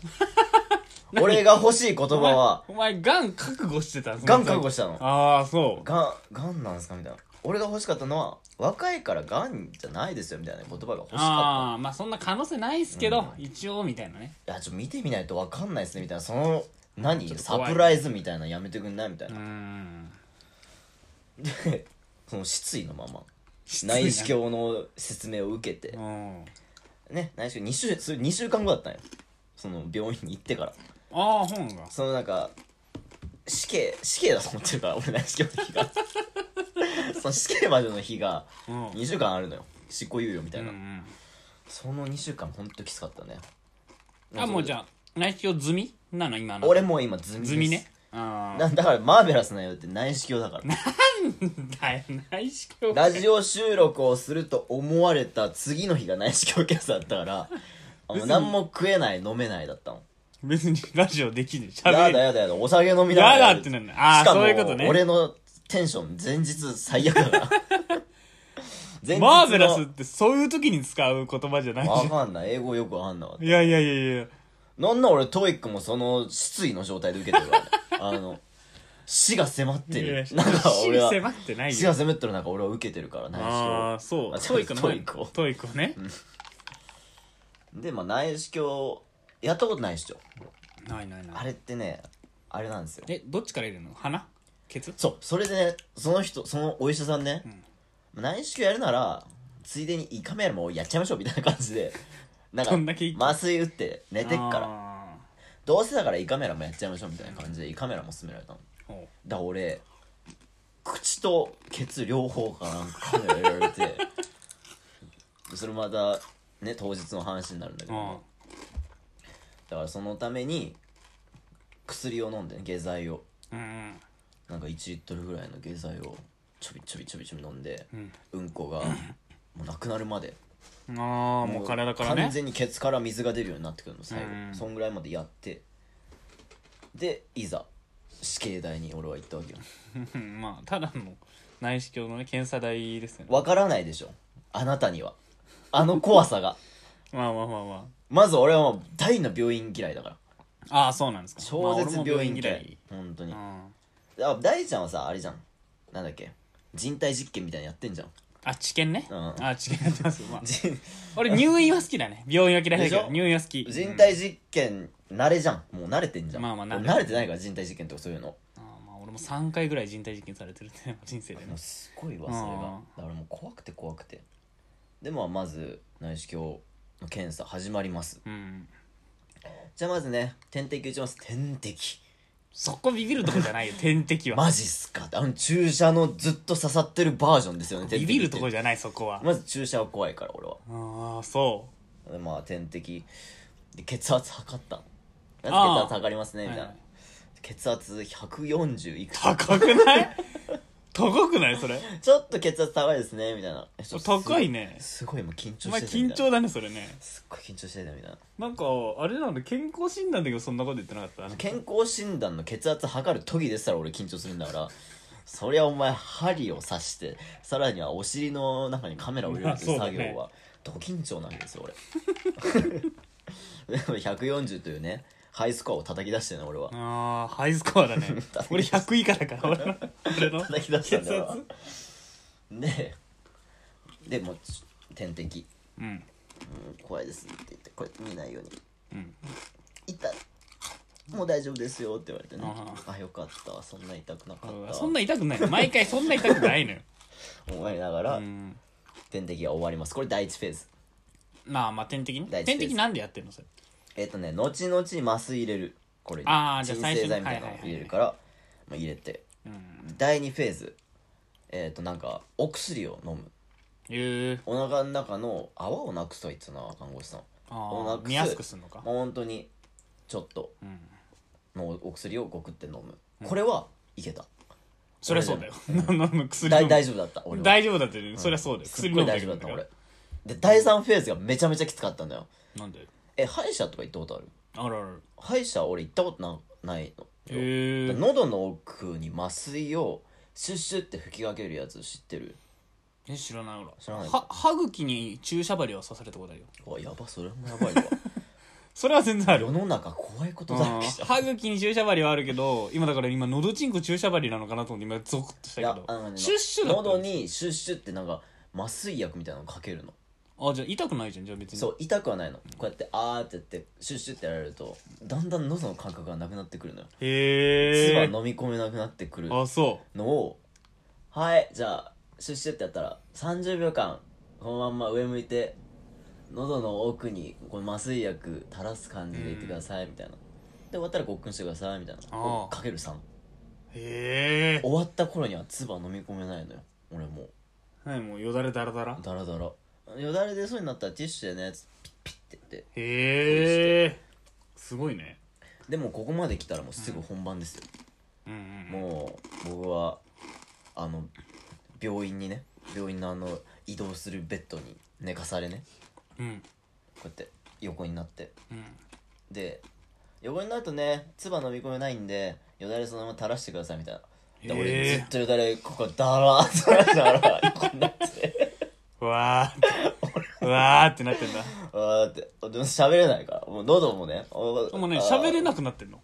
[SPEAKER 2] な俺が欲しい言葉は
[SPEAKER 1] お前お前がん覚悟してた
[SPEAKER 2] がん覚悟
[SPEAKER 1] し
[SPEAKER 2] したの
[SPEAKER 1] ああそう
[SPEAKER 2] がんがんなんですかみたいな俺が欲しかったのは若いからがんじゃないですよみたいな言葉が欲しかっ
[SPEAKER 1] ああまあそんな可能性ないっすけど、一応みたいなね
[SPEAKER 2] たいやちょっと見てみないとわかんないですねみたいなその何
[SPEAKER 1] ちょっと
[SPEAKER 2] サ
[SPEAKER 1] 怖い
[SPEAKER 2] プライズみたいなのやめてくんないみたいうな、
[SPEAKER 1] ん
[SPEAKER 2] でその失意のまま内視鏡の説明を受けて
[SPEAKER 1] うん
[SPEAKER 2] ね内視鏡2週それ2週間後だったんよその病院に行ってから
[SPEAKER 1] ああ本が
[SPEAKER 2] そのなんか死刑死刑だと思ってるから俺内視鏡の
[SPEAKER 1] *laughs*
[SPEAKER 2] 日がその死刑までの日が
[SPEAKER 1] うん
[SPEAKER 2] 2週間あるのよ執行猶予みた
[SPEAKER 1] う
[SPEAKER 2] い
[SPEAKER 1] んう
[SPEAKER 2] な、
[SPEAKER 1] ん
[SPEAKER 2] その2週間ほんときつかったね
[SPEAKER 1] あもうじゃあ内視鏡済みなの今の
[SPEAKER 2] 俺もう今済みです
[SPEAKER 1] 済みねあ
[SPEAKER 2] なだからマーベラスなよって内視鏡だから
[SPEAKER 1] あだよ内視鏡
[SPEAKER 2] ラジオ収録をすると思われた次の日が内視鏡検査だった
[SPEAKER 1] *laughs*
[SPEAKER 2] からあもう何も食えない飲めないだったの
[SPEAKER 1] 別にラジオできねえしゃ
[SPEAKER 2] や
[SPEAKER 1] べ
[SPEAKER 2] だ
[SPEAKER 1] れ
[SPEAKER 2] やだやだお酒飲みながら
[SPEAKER 1] や
[SPEAKER 2] る
[SPEAKER 1] だってなんだあー
[SPEAKER 2] しかも
[SPEAKER 1] そういうことね
[SPEAKER 2] 俺のテンション前日最悪だ
[SPEAKER 1] *laughs*
[SPEAKER 2] から前日の
[SPEAKER 1] マーベラスってそういう時に使う言葉じゃない
[SPEAKER 2] わかんない英語よくわかんなかっ
[SPEAKER 1] いやいやいやいや
[SPEAKER 2] たなんなら俺トイックもその失意の状態で受けて
[SPEAKER 1] *laughs*
[SPEAKER 2] るからねあの死が迫って
[SPEAKER 1] いや
[SPEAKER 2] る
[SPEAKER 1] いや
[SPEAKER 2] なんか俺は
[SPEAKER 1] 死に迫ってないよ
[SPEAKER 2] 死が迫ってる中俺は受けてるから内視
[SPEAKER 1] ああ
[SPEAKER 2] 鏡
[SPEAKER 1] そう
[SPEAKER 2] あ
[SPEAKER 1] トイックの前
[SPEAKER 2] トイックを
[SPEAKER 1] トイックをね
[SPEAKER 2] でまあ内視鏡やったことないでしょ
[SPEAKER 1] ないないな
[SPEAKER 2] あ
[SPEAKER 1] い
[SPEAKER 2] れってねあれなんですよ
[SPEAKER 1] えどっちから入れるの鼻ケツ
[SPEAKER 2] そうそれでねその人そのお医者さんね、内視鏡やるならついでに胃カメラもやっちゃいましょうみたいな感じでなんか
[SPEAKER 1] どんだけいい
[SPEAKER 2] 麻酔打って寝てっから
[SPEAKER 1] ら
[SPEAKER 2] どうせだから胃カメラもやっちゃいましょうみたいな感じで胃カメラも勧められたの
[SPEAKER 1] ほ
[SPEAKER 2] だから俺口とケツ両方からなんかカメラ入れられてそれまたね当日の話になるんだけ
[SPEAKER 1] う
[SPEAKER 2] ど、
[SPEAKER 1] うん
[SPEAKER 2] だからそのために薬を飲んでね下剤を
[SPEAKER 1] うん
[SPEAKER 2] なんか1リットルぐらいの下剤をちょびちょびちょびちょび飲んで、
[SPEAKER 1] ん
[SPEAKER 2] うん
[SPEAKER 1] *laughs*
[SPEAKER 2] こがもうなくなるまで
[SPEAKER 1] うんああもう体からね
[SPEAKER 2] 完全にケツから水が出るようになってくるの最後、
[SPEAKER 1] うん
[SPEAKER 2] そんぐらいまでやってでいざ死刑台に俺は行ったわけよ
[SPEAKER 1] うんまあただの内視鏡のね検査台ですよね
[SPEAKER 2] わからないでしょあなたにはあの怖さが *laughs*
[SPEAKER 1] まあまあまあま
[SPEAKER 2] まず俺はもう大の病院嫌いだから
[SPEAKER 1] あああそうなんですか
[SPEAKER 2] 超絶
[SPEAKER 1] まあ俺も
[SPEAKER 2] 病院嫌い、本当に
[SPEAKER 1] うん
[SPEAKER 2] あ大ちゃんはさあれじゃんなんだっけ人体実験みたいなのやってんじゃん
[SPEAKER 1] あ治験ね、
[SPEAKER 2] うん
[SPEAKER 1] あ治験やってます、まあ、
[SPEAKER 2] 人
[SPEAKER 1] 俺入院は好きだね病院は嫌いだけ
[SPEAKER 2] でしょ
[SPEAKER 1] ど入院は好き
[SPEAKER 2] 人体実験慣れじゃんもう慣れてんじゃん
[SPEAKER 1] まあまあ慣れ
[SPEAKER 2] 俺慣れてないから人体実験とかそういうの
[SPEAKER 1] うんああまあ俺ももう3回ぐらい人体実験されてるってね人生でね
[SPEAKER 2] すごいわそれが
[SPEAKER 1] うん
[SPEAKER 2] だからもう怖くて怖くてでもまず内視鏡の検査始まります
[SPEAKER 1] うん
[SPEAKER 2] じゃあまずね点滴打ちます点滴
[SPEAKER 1] そこビビるとこじゃ
[SPEAKER 2] *laughs*
[SPEAKER 1] ないよ点滴は
[SPEAKER 2] マジっすかあの注射のずっと刺さってるバージョンですよね点
[SPEAKER 1] ビ
[SPEAKER 2] 滴
[SPEAKER 1] ビるとこ
[SPEAKER 2] じ
[SPEAKER 1] じゃないそこは
[SPEAKER 2] まず注射は怖いから俺は
[SPEAKER 1] ああそ
[SPEAKER 2] でまあ点滴で血圧測ったの血
[SPEAKER 1] あー
[SPEAKER 2] 圧測りますね
[SPEAKER 1] う、
[SPEAKER 2] みたいな、
[SPEAKER 1] はい
[SPEAKER 2] 血圧140いくつ
[SPEAKER 1] 高くない高くないそれ
[SPEAKER 2] ちょっと血圧高いですねみたいなえちょっとすご
[SPEAKER 1] 高いね
[SPEAKER 2] すごい今緊
[SPEAKER 1] お
[SPEAKER 2] 張
[SPEAKER 1] 前
[SPEAKER 2] してた
[SPEAKER 1] 緊
[SPEAKER 2] みたいな
[SPEAKER 1] 張だねそれね
[SPEAKER 2] すっごい緊張してたみたいな
[SPEAKER 1] なんかあれなんだ健康診断の時もそんなこと言ってなかったあの
[SPEAKER 2] 健康診断の血圧測る時ですら俺緊張するんだからそりゃお前針を刺してさらにはお尻の中にカメラを入れるっていう
[SPEAKER 1] まあ
[SPEAKER 2] 作
[SPEAKER 1] *laughs* そうだね
[SPEAKER 2] 業はド緊張なんですよ俺 *laughs* でも140というねハイスコアを叩き出してね俺は
[SPEAKER 1] あーハイスコアだね
[SPEAKER 2] *laughs*
[SPEAKER 1] 俺100以下だから俺の俺の
[SPEAKER 2] 叩き出したんだ
[SPEAKER 1] 血
[SPEAKER 2] よ
[SPEAKER 1] 圧
[SPEAKER 2] ででもう点滴
[SPEAKER 1] うん
[SPEAKER 2] うん怖いですって言ってこれ見ないように
[SPEAKER 1] うん
[SPEAKER 2] 痛いもう大丈夫ですよって言われてね
[SPEAKER 1] あ
[SPEAKER 2] あよかったそんな痛くなか
[SPEAKER 1] う
[SPEAKER 2] っ
[SPEAKER 1] わ
[SPEAKER 2] た
[SPEAKER 1] そんな痛くないの毎回そんな痛くないの
[SPEAKER 2] *laughs*
[SPEAKER 1] よ
[SPEAKER 2] 思いながら
[SPEAKER 1] うん
[SPEAKER 2] 点滴が終わりますこれ第一フェーズ
[SPEAKER 1] まあまあ点滴ね
[SPEAKER 2] 大事です
[SPEAKER 1] 点滴なんでやってんのそれ
[SPEAKER 2] えっ、とね後々麻酔入れるこれに
[SPEAKER 1] あーじゃあ最初
[SPEAKER 2] 鎮静剤みたいなのを入れるから、まあ、入れて
[SPEAKER 1] うん
[SPEAKER 2] 第二フェーズえっ、となんかお薬を飲む
[SPEAKER 1] いう
[SPEAKER 2] お腹の中の泡をなくすとは言ってたな看護師さん
[SPEAKER 1] あ
[SPEAKER 2] お腹
[SPEAKER 1] あ見やすくすんのか
[SPEAKER 2] もう本当にちょっと
[SPEAKER 1] うん
[SPEAKER 2] のお薬をごくって飲む、これはいけた
[SPEAKER 1] そりゃそうだよ *laughs* 飲む薬
[SPEAKER 2] だ
[SPEAKER 1] 飲
[SPEAKER 2] い
[SPEAKER 1] む
[SPEAKER 2] 大丈夫だった俺は
[SPEAKER 1] 大丈夫だってねそりゃそうだよ
[SPEAKER 2] すっ
[SPEAKER 1] 薬
[SPEAKER 2] ご
[SPEAKER 1] 飲む
[SPEAKER 2] い
[SPEAKER 1] だ
[SPEAKER 2] 大
[SPEAKER 1] け
[SPEAKER 2] 丈夫
[SPEAKER 1] な
[SPEAKER 2] だっ
[SPEAKER 1] んだ
[SPEAKER 2] た
[SPEAKER 1] から
[SPEAKER 2] 俺で第3フェーズがめちゃめちゃきつかったんだよ
[SPEAKER 1] なんで
[SPEAKER 2] え歯医者とか行ったことある
[SPEAKER 1] あらあら
[SPEAKER 2] 歯医者俺行ったことなないのよ
[SPEAKER 1] へえ
[SPEAKER 2] 喉の奥に麻酔をシュッシュって吹きかけるやつ知ってる
[SPEAKER 1] え知らないほら
[SPEAKER 2] 知らない
[SPEAKER 1] は歯茎に注射針を刺されたことあるよ
[SPEAKER 2] うわやばそれもやばいわ
[SPEAKER 1] そ *laughs* れは全然ある
[SPEAKER 2] 世の中怖いこと
[SPEAKER 1] うん
[SPEAKER 2] だらけじゃん
[SPEAKER 1] 歯茎に注射針はあるけど今だから今のどちんこ注射針なのかなと思って今ゾクッとしたけ
[SPEAKER 2] いや
[SPEAKER 1] ど
[SPEAKER 2] あのね
[SPEAKER 1] シュッシュだった
[SPEAKER 2] 喉にシュッシュってなんか麻酔薬みたいなのかけるの
[SPEAKER 1] あじゃあ痛くないじゃんじゃあ別に
[SPEAKER 2] そう痛くはないのこうやってあーってやってシュッシュってやられるとだんだん喉の感覚がなくなってくるのよ唾
[SPEAKER 1] へえ
[SPEAKER 2] 飲み込めなくなってくる
[SPEAKER 1] あそ
[SPEAKER 2] のをはいじゃあシュッシュってやったら30秒間このまんま上向いて喉の奥にこの麻酔薬垂らす感じでいってくださいみたいな、で終わったらごっくんしてくださいみたいな
[SPEAKER 1] あー
[SPEAKER 2] こうかける3
[SPEAKER 1] うへえ
[SPEAKER 2] 終わった頃には唾飲み込めないのよ俺も
[SPEAKER 1] 何もうよだれだらだら
[SPEAKER 2] うダラダラよだれ出そうになったらティッシュでねピッピッてやって
[SPEAKER 1] へえすごいね
[SPEAKER 2] でもここまで来たらもうすぐ本番ですよ、
[SPEAKER 1] うんうん
[SPEAKER 2] もう僕はあの病院にね病院のあの移動するベッドに寝かされね
[SPEAKER 1] うん
[SPEAKER 2] こうやって横になって
[SPEAKER 1] うん
[SPEAKER 2] で横になるとね唾飲み込めないんでよだれそのまま垂らしてくださいみたいなで
[SPEAKER 1] へ
[SPEAKER 2] 俺
[SPEAKER 1] え
[SPEAKER 2] ずっとよだれここダラー垂らしながら横になって
[SPEAKER 1] うんわーっ
[SPEAKER 2] *laughs*
[SPEAKER 1] てわーってなってんだ
[SPEAKER 2] あーってでも喋れないからもう喉もねお
[SPEAKER 1] でもね
[SPEAKER 2] あー
[SPEAKER 1] 喋れなくなってんの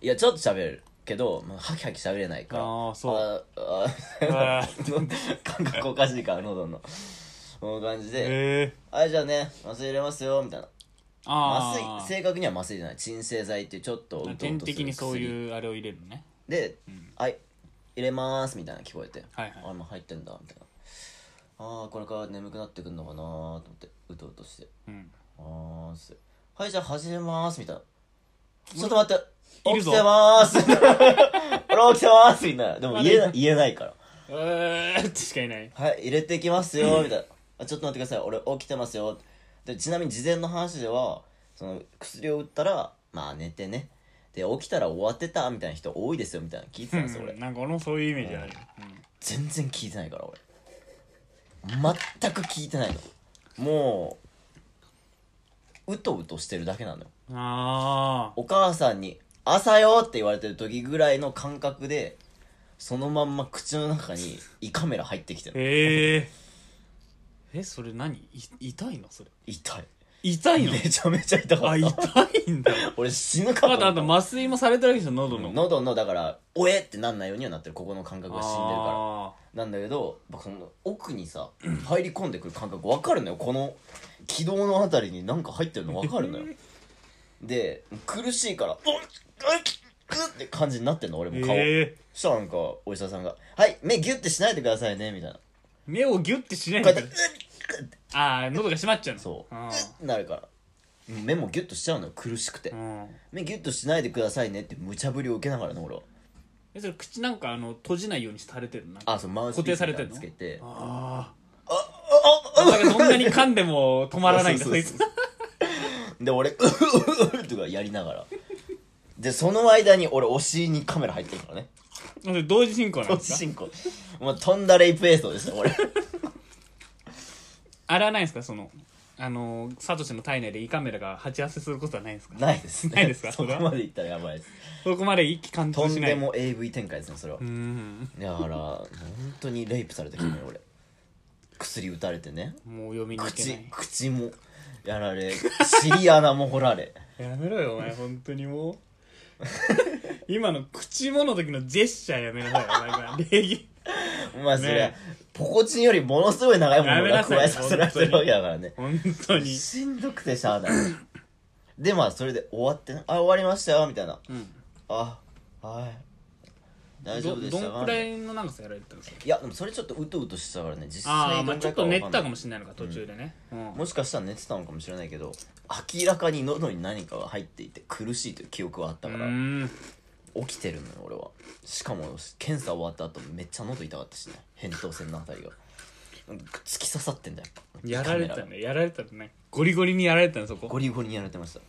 [SPEAKER 2] いやちょっと喋れるけどもうハキハキ喋れないから
[SPEAKER 1] ああそう
[SPEAKER 2] あーあー *laughs* 感覚おかしいから喉のこの感じで
[SPEAKER 1] へえ
[SPEAKER 2] 「はいじゃあね麻酔入れますよ」みたいな麻
[SPEAKER 1] あ
[SPEAKER 2] 酔正確には麻酔じゃない鎮静剤っていうちょっと
[SPEAKER 1] あ
[SPEAKER 2] うとう
[SPEAKER 1] 点
[SPEAKER 2] とす
[SPEAKER 1] 滴
[SPEAKER 2] る
[SPEAKER 1] にそう
[SPEAKER 2] 薬
[SPEAKER 1] いうあれを入れるのね
[SPEAKER 2] で、はい入れますみたいなの聞こえて、
[SPEAKER 1] はいはい
[SPEAKER 2] あもう入ってんだみたいなああこれから眠くなってくんのかなと思ってうとうとして
[SPEAKER 1] うん
[SPEAKER 2] あーっすはいじゃあ始めますみたいなちょっと待って
[SPEAKER 1] い
[SPEAKER 2] 起
[SPEAKER 1] る
[SPEAKER 2] き
[SPEAKER 1] ぞ
[SPEAKER 2] てま
[SPEAKER 1] *laughs*
[SPEAKER 2] ーす俺起きてまーすみたいなでも言えな言えないから
[SPEAKER 1] うーってしかいない
[SPEAKER 2] はい入れていきますよみたいなあちょっと待ってください俺起きてますよでちなみに事前の話ではその薬を打ったらまあ寝てねで起きたら終わってたみたいな人多いですよみたいなの聞いてたんですよ俺
[SPEAKER 1] うんなんか俺もそういうイメージあるよ
[SPEAKER 2] 全然聞いてないから俺全く聞いてないのもううとうとしてるだけなのよ
[SPEAKER 1] うんあ
[SPEAKER 2] お母さんに「朝よ!」って言われてる時ぐらいの感覚でそのまんま口の中に胃カメラ入ってきて
[SPEAKER 1] ー
[SPEAKER 2] る
[SPEAKER 1] へええそれ何い痛いのそれ
[SPEAKER 2] 痛い
[SPEAKER 1] 痛いの
[SPEAKER 2] めちゃめちゃ痛
[SPEAKER 1] *laughs*
[SPEAKER 2] か
[SPEAKER 1] あ
[SPEAKER 2] っ
[SPEAKER 1] 痛
[SPEAKER 2] た
[SPEAKER 1] いんだ
[SPEAKER 2] 俺死ぬか
[SPEAKER 1] あと
[SPEAKER 2] と思
[SPEAKER 1] あ
[SPEAKER 2] った
[SPEAKER 1] と麻酔もされてるわけでしょ喉の
[SPEAKER 2] 喉のだから「おえ!」ってなんないようにはなってるここの感覚が死んでるか
[SPEAKER 1] あ
[SPEAKER 2] らなんだけど僕その奥にさ入り込んでくる感覚分かるのよこの軌道のあたりになんか入ってるの分かるのよで苦しいから「おっおっって感じになってんの俺も顔、
[SPEAKER 1] ええ
[SPEAKER 2] そしたらなんかお医者さんが「はい目ギュッてしないでくださいね」みたいなこ
[SPEAKER 1] 目をギュッて *laughs* しないう
[SPEAKER 2] や
[SPEAKER 1] と
[SPEAKER 2] って「うっ!」
[SPEAKER 1] ああ喉が閉まっちゃうの
[SPEAKER 2] そう「う
[SPEAKER 1] あ
[SPEAKER 2] っ!」てなるから目もギュッとしちゃうのよ苦しくて
[SPEAKER 1] ーうん
[SPEAKER 2] 目ギュッとしないでくださいねって無茶ぶりを受けながらの俺は
[SPEAKER 1] えそれ口なんかあの閉じないようにされてるなんか
[SPEAKER 2] あそうマウスピ
[SPEAKER 1] 固定
[SPEAKER 2] ース
[SPEAKER 1] されてんの
[SPEAKER 2] みたいなのつけて
[SPEAKER 1] あ
[SPEAKER 2] あ
[SPEAKER 1] あだからどんなに噛んでも止まらないんだ
[SPEAKER 2] そう
[SPEAKER 1] そ
[SPEAKER 2] そう
[SPEAKER 1] いつ
[SPEAKER 2] そうで俺「うっうっうっ」とかやりながらでその間に俺お尻にカメラ入ってるからね
[SPEAKER 1] *laughs* それ同時進行なん
[SPEAKER 2] 同
[SPEAKER 1] で
[SPEAKER 2] 時
[SPEAKER 1] すか
[SPEAKER 2] 進行もうとんだレイプ映像ですよ俺 *laughs*
[SPEAKER 1] あれはないんですかそのあのサトシの体内で胃カメラが鉢合わせすることはないんですか
[SPEAKER 2] ないですね
[SPEAKER 1] ないですか
[SPEAKER 2] そこまでいったらやばいです
[SPEAKER 1] そこまで一気貫
[SPEAKER 2] と
[SPEAKER 1] 通
[SPEAKER 2] ん
[SPEAKER 1] しな
[SPEAKER 2] で
[SPEAKER 1] い
[SPEAKER 2] も AV 展開ですねそれは
[SPEAKER 1] うーん
[SPEAKER 2] だから本当にレイプされた気分よ俺薬打たれてね
[SPEAKER 1] もう読みに行けな
[SPEAKER 2] 口
[SPEAKER 1] い
[SPEAKER 2] 口もやられ尻穴も掘られ
[SPEAKER 1] やめろよお前本当にもう今の口もの時のジェスチャーやめなさいよお前これ礼儀
[SPEAKER 2] お前それ、
[SPEAKER 1] ね
[SPEAKER 2] ポコチンよりものすごい長いも
[SPEAKER 1] や
[SPEAKER 2] の
[SPEAKER 1] め
[SPEAKER 2] が
[SPEAKER 1] なさい
[SPEAKER 2] 加えさせられてるわけだからね
[SPEAKER 1] 本当に
[SPEAKER 2] しんどくてしゃ
[SPEAKER 1] *laughs*
[SPEAKER 2] あないでまあそれで終わってねあ終わりましたよみたいな
[SPEAKER 1] うん
[SPEAKER 2] あはい大丈夫でした
[SPEAKER 1] ど
[SPEAKER 2] か
[SPEAKER 1] どんくらいの長さやられてたんですか
[SPEAKER 2] いやでもそれちょっとうとうとしてたからね実際
[SPEAKER 1] ああ
[SPEAKER 2] ど
[SPEAKER 1] まあ
[SPEAKER 2] んく
[SPEAKER 1] ちょ
[SPEAKER 2] ら
[SPEAKER 1] っ
[SPEAKER 2] いか
[SPEAKER 1] と
[SPEAKER 2] は
[SPEAKER 1] 練
[SPEAKER 2] 分か
[SPEAKER 1] っ
[SPEAKER 2] んな
[SPEAKER 1] た
[SPEAKER 2] い
[SPEAKER 1] かもしれないのか途中でね、うん
[SPEAKER 2] もしかしたら寝てたのかもしれないけど明らかに喉に何かが入っていて苦しいという記憶はあった
[SPEAKER 1] う
[SPEAKER 2] から、
[SPEAKER 1] ーん
[SPEAKER 2] 起きてるのよ俺はしかも検査終わった後めっちゃ喉痛かったしね扁桃腺のあたりがなんか突き刺さってんだよ
[SPEAKER 1] やられ
[SPEAKER 2] カメ
[SPEAKER 1] た
[SPEAKER 2] ラが
[SPEAKER 1] ねやられたねゴリゴリにやられたねそこ
[SPEAKER 2] ゴリゴリにやられてました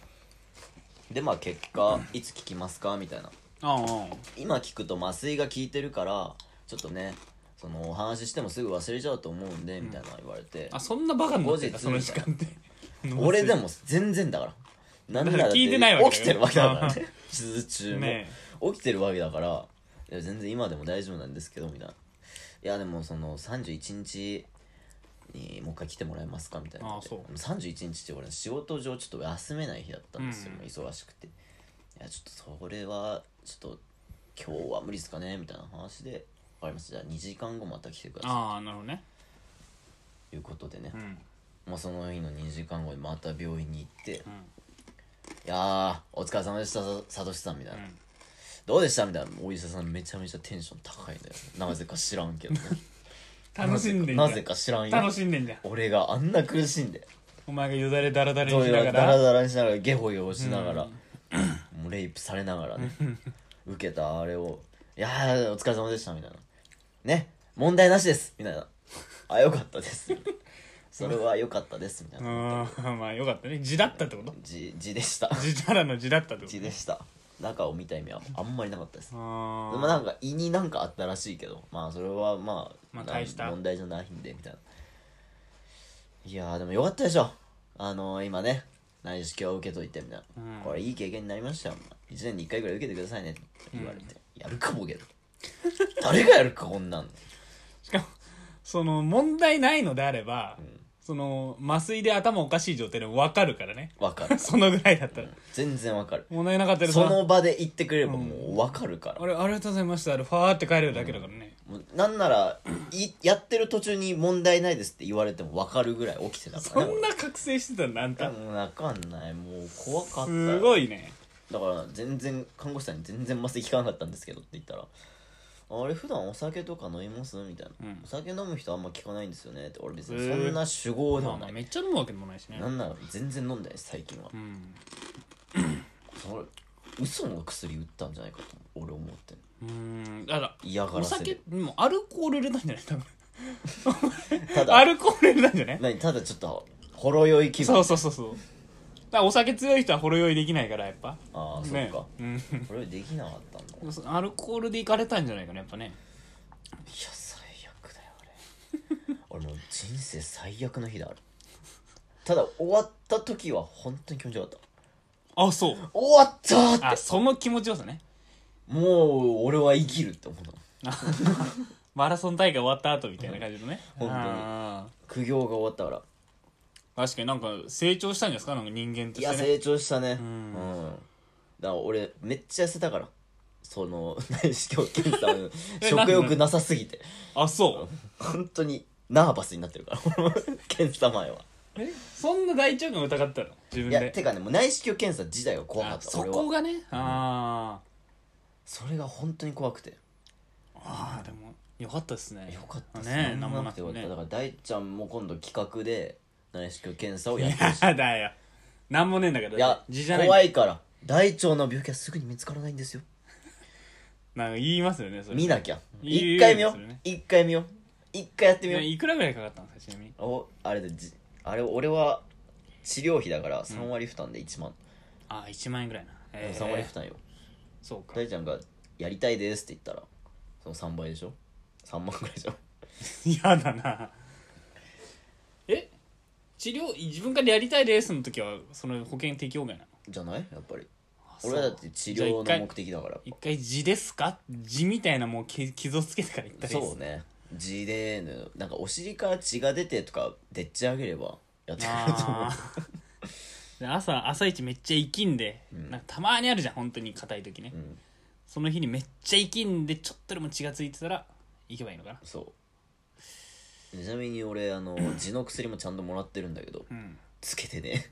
[SPEAKER 2] でまあ結果いつ聞きますかみたいな
[SPEAKER 1] ああ
[SPEAKER 2] 今聞くと麻酔が効いてるからちょっとねそのお話ししてもすぐ忘れちゃうと思うんでみたいなの言われて、
[SPEAKER 1] あそんなバカになってたそ
[SPEAKER 2] 後
[SPEAKER 1] の時
[SPEAKER 2] 日
[SPEAKER 1] 間って *laughs*
[SPEAKER 2] 俺でも全然だからなんならだって
[SPEAKER 1] 聞いてないわけだよ
[SPEAKER 2] 起きてるわけだからね手術中も、
[SPEAKER 1] ね
[SPEAKER 2] 起きてるわけだからいや全然今でも大丈夫なんですけどみたいないやでもその31日にもう一回来てもらえますかみたいな
[SPEAKER 1] ああそう
[SPEAKER 2] 31日って俺仕事上ちょっと休めない日だったんですよ、
[SPEAKER 1] うん
[SPEAKER 2] 忙しくていやちょっとそれはちょっと今日は無理ですかねみたいな話で分かりましたじゃあ2時間後また来てくださ
[SPEAKER 1] ああなるほどね
[SPEAKER 2] いということでね
[SPEAKER 1] う、ん
[SPEAKER 2] まあ、その日の2時間後にまた病院に行って、い
[SPEAKER 1] うん
[SPEAKER 2] やーお疲れ様でしたさサトシさんみたい
[SPEAKER 1] う
[SPEAKER 2] な、
[SPEAKER 1] ん
[SPEAKER 2] どうでしたみたいなお医者さんめちゃめちゃテンション高いんだよなぜか知らんけ
[SPEAKER 1] *laughs*
[SPEAKER 2] どね
[SPEAKER 1] 楽しんでんじゃん
[SPEAKER 2] なぜか知らんよ
[SPEAKER 1] 楽しんでんじゃん
[SPEAKER 2] 俺があんな苦しんで
[SPEAKER 1] お前がよだれだらだら
[SPEAKER 2] ど
[SPEAKER 1] に
[SPEAKER 2] う
[SPEAKER 1] し
[SPEAKER 2] い
[SPEAKER 1] な
[SPEAKER 2] う
[SPEAKER 1] が
[SPEAKER 2] ダラ
[SPEAKER 1] ら
[SPEAKER 2] ダラにしながらゲホゲホしながら、もうレイプされながらね受けたあれを「いやーお疲れ様でした」みたいな「ね問題なしです」みたいな「あよかっ
[SPEAKER 1] *laughs*
[SPEAKER 2] たです」それはよかったです」みたいうな
[SPEAKER 1] ーん *laughs* まあよかったね字だったってこと
[SPEAKER 2] 「字字
[SPEAKER 1] *laughs*
[SPEAKER 2] でした」
[SPEAKER 1] 字だらの字だったってこ
[SPEAKER 2] 「
[SPEAKER 1] と
[SPEAKER 2] 字でした」中を見た意味はあんまりなかったです
[SPEAKER 1] あ
[SPEAKER 2] でも
[SPEAKER 1] ー
[SPEAKER 2] なんか胃になんかあったらしいけどまあそれはまあ、
[SPEAKER 1] まあ
[SPEAKER 2] な
[SPEAKER 1] 大した
[SPEAKER 2] 問題じゃないんでみたいないやーでもよかったでしょあのー、今ね内視鏡を受けといてみたいな、
[SPEAKER 1] うん
[SPEAKER 2] これいい経験になりましたよ1年に1回ぐらい受けてくださいねって言われて、やるかボケ誰がやるかこんなん
[SPEAKER 1] しかもその問題ないのであればその麻酔で頭おかしい状態でも分かるからね *laughs*
[SPEAKER 2] わかる
[SPEAKER 1] そのぐらいだったら
[SPEAKER 2] 全然わかる
[SPEAKER 1] 問題なかったら
[SPEAKER 2] そ
[SPEAKER 1] さ
[SPEAKER 2] の場で言ってくれればもうわかるから、
[SPEAKER 1] あれありがとうございましたあれファーって帰れるだけだからね、
[SPEAKER 2] もうなんならいやってる途中に問題ないですって言われてもわかるぐらい起きてたから
[SPEAKER 1] そ
[SPEAKER 2] ね
[SPEAKER 1] んな覚醒してたんだあん
[SPEAKER 2] 俺
[SPEAKER 1] た
[SPEAKER 2] いやもうわかんないもう怖かった
[SPEAKER 1] すごいね
[SPEAKER 2] だから全然看護師さんに全然麻酔効かなかったんですけどって言ったら「あれ普段お酒とか飲みます?」みたいな、
[SPEAKER 1] うん
[SPEAKER 2] お酒飲む人あんま効かないんですよね」って俺別に
[SPEAKER 1] へ
[SPEAKER 2] そ
[SPEAKER 1] ー
[SPEAKER 2] んな酒豪で
[SPEAKER 1] まあ
[SPEAKER 2] は
[SPEAKER 1] ま
[SPEAKER 2] な
[SPEAKER 1] あ
[SPEAKER 2] い、
[SPEAKER 1] めっちゃ飲むわけでもないしね
[SPEAKER 2] なんなら全然飲んでないです最近は、
[SPEAKER 1] うん
[SPEAKER 2] それ嘘の薬打ったんじゃないかと俺思ってんの
[SPEAKER 1] うんだから
[SPEAKER 2] 嫌が
[SPEAKER 1] お
[SPEAKER 2] らせ
[SPEAKER 1] 酒
[SPEAKER 2] で
[SPEAKER 1] でもアルコール入れたんじゃない多分
[SPEAKER 2] た
[SPEAKER 1] ア
[SPEAKER 2] だ
[SPEAKER 1] ルコール入れたんじゃない
[SPEAKER 2] 何ただちょっとほろ酔い気分
[SPEAKER 1] そうそうそうそうだからお酒強い人はほろ酔いできないからやっぱ
[SPEAKER 2] ああそっ
[SPEAKER 1] ね
[SPEAKER 2] か、
[SPEAKER 1] うん
[SPEAKER 2] ほろ酔いできなかったんだいや
[SPEAKER 1] アルコールでいかれたんじゃないかなやっぱね
[SPEAKER 2] 最悪だよ *laughs* 俺俺もう人生最悪の日であるただ終わった時は本当に気持ちよかった
[SPEAKER 1] あそう
[SPEAKER 2] 終わったーって
[SPEAKER 1] あその気持ちよさね
[SPEAKER 2] もう俺は生きるって思った
[SPEAKER 1] マラソン大会終わった後みたいな感じのね
[SPEAKER 2] うん本当に
[SPEAKER 1] あ
[SPEAKER 2] 苦行が終わったか
[SPEAKER 1] ー
[SPEAKER 2] ら
[SPEAKER 1] 確かになんか成長したんじゃないですかなんか人間とし
[SPEAKER 2] いや
[SPEAKER 1] てね
[SPEAKER 2] 成長したねうんん、だから俺めっちゃ痩せたからその *laughs* 内視鏡検査 *laughs* の
[SPEAKER 1] え
[SPEAKER 2] 食欲なさすぎて
[SPEAKER 1] あそう
[SPEAKER 2] 本当にナーバスになってるから *laughs* 検査前は
[SPEAKER 1] えそんな大腸が疑ったの自分
[SPEAKER 2] いやて
[SPEAKER 1] で
[SPEAKER 2] かねもう内視鏡検査自体が怖か
[SPEAKER 1] あ
[SPEAKER 2] った
[SPEAKER 1] そ
[SPEAKER 2] 俺は
[SPEAKER 1] こがねあ
[SPEAKER 2] それが本当に怖くて
[SPEAKER 1] ああでもよかったですね
[SPEAKER 2] よかったっす
[SPEAKER 1] ね
[SPEAKER 2] 何
[SPEAKER 1] 何
[SPEAKER 2] も
[SPEAKER 1] も
[SPEAKER 2] な
[SPEAKER 1] な
[SPEAKER 2] く
[SPEAKER 1] く
[SPEAKER 2] て
[SPEAKER 1] て
[SPEAKER 2] よかった
[SPEAKER 1] ね
[SPEAKER 2] だから大ちゃんも今度企画で内視鏡検査をやってほしい
[SPEAKER 1] やだよ何もねえんだけど
[SPEAKER 2] いや
[SPEAKER 1] 字じゃない
[SPEAKER 2] 怖いから大腸の病気はすぐに見つからないんですよ
[SPEAKER 1] なんか言いますよねそれ
[SPEAKER 2] 見なきゃ
[SPEAKER 1] いい
[SPEAKER 2] 一回見よ
[SPEAKER 1] いいですよ
[SPEAKER 2] う
[SPEAKER 1] ね
[SPEAKER 2] 一回見よう一回やってみよう
[SPEAKER 1] ねいくらぐらいかかったんですかちなみに
[SPEAKER 2] おあれでじあれ俺は治療費だから3割負担で1万、
[SPEAKER 1] ああ1万円ぐらいなえ
[SPEAKER 2] 3割
[SPEAKER 1] え
[SPEAKER 2] 負担よ
[SPEAKER 1] そうか
[SPEAKER 2] 大ちゃんが「やりたいです」って言ったらその3倍でしょ3万ぐらいでしょ
[SPEAKER 1] 嫌だなえ治療自分からやりたいですの時はその保険適用外なの
[SPEAKER 2] じゃないやっぱり
[SPEAKER 1] そう
[SPEAKER 2] 俺はだって治療の目的だから
[SPEAKER 1] 一回字ですか字みたいなもうけ傷つけてから言ったり
[SPEAKER 2] そうね地でなんかお尻から血が出てとかでっち上げればやってくれると思う
[SPEAKER 1] あ
[SPEAKER 2] *laughs*
[SPEAKER 1] ーで朝朝一めっちゃ生きんで、なんかたまにあるじゃん本当に硬い時ね、
[SPEAKER 2] ん
[SPEAKER 1] その日にめっちゃ生きんでちょっとでも血がついてたら行けばいいのかな
[SPEAKER 2] そうちなみに俺あの地の薬もちゃんともらってるんだけど、
[SPEAKER 1] ん
[SPEAKER 2] つけてね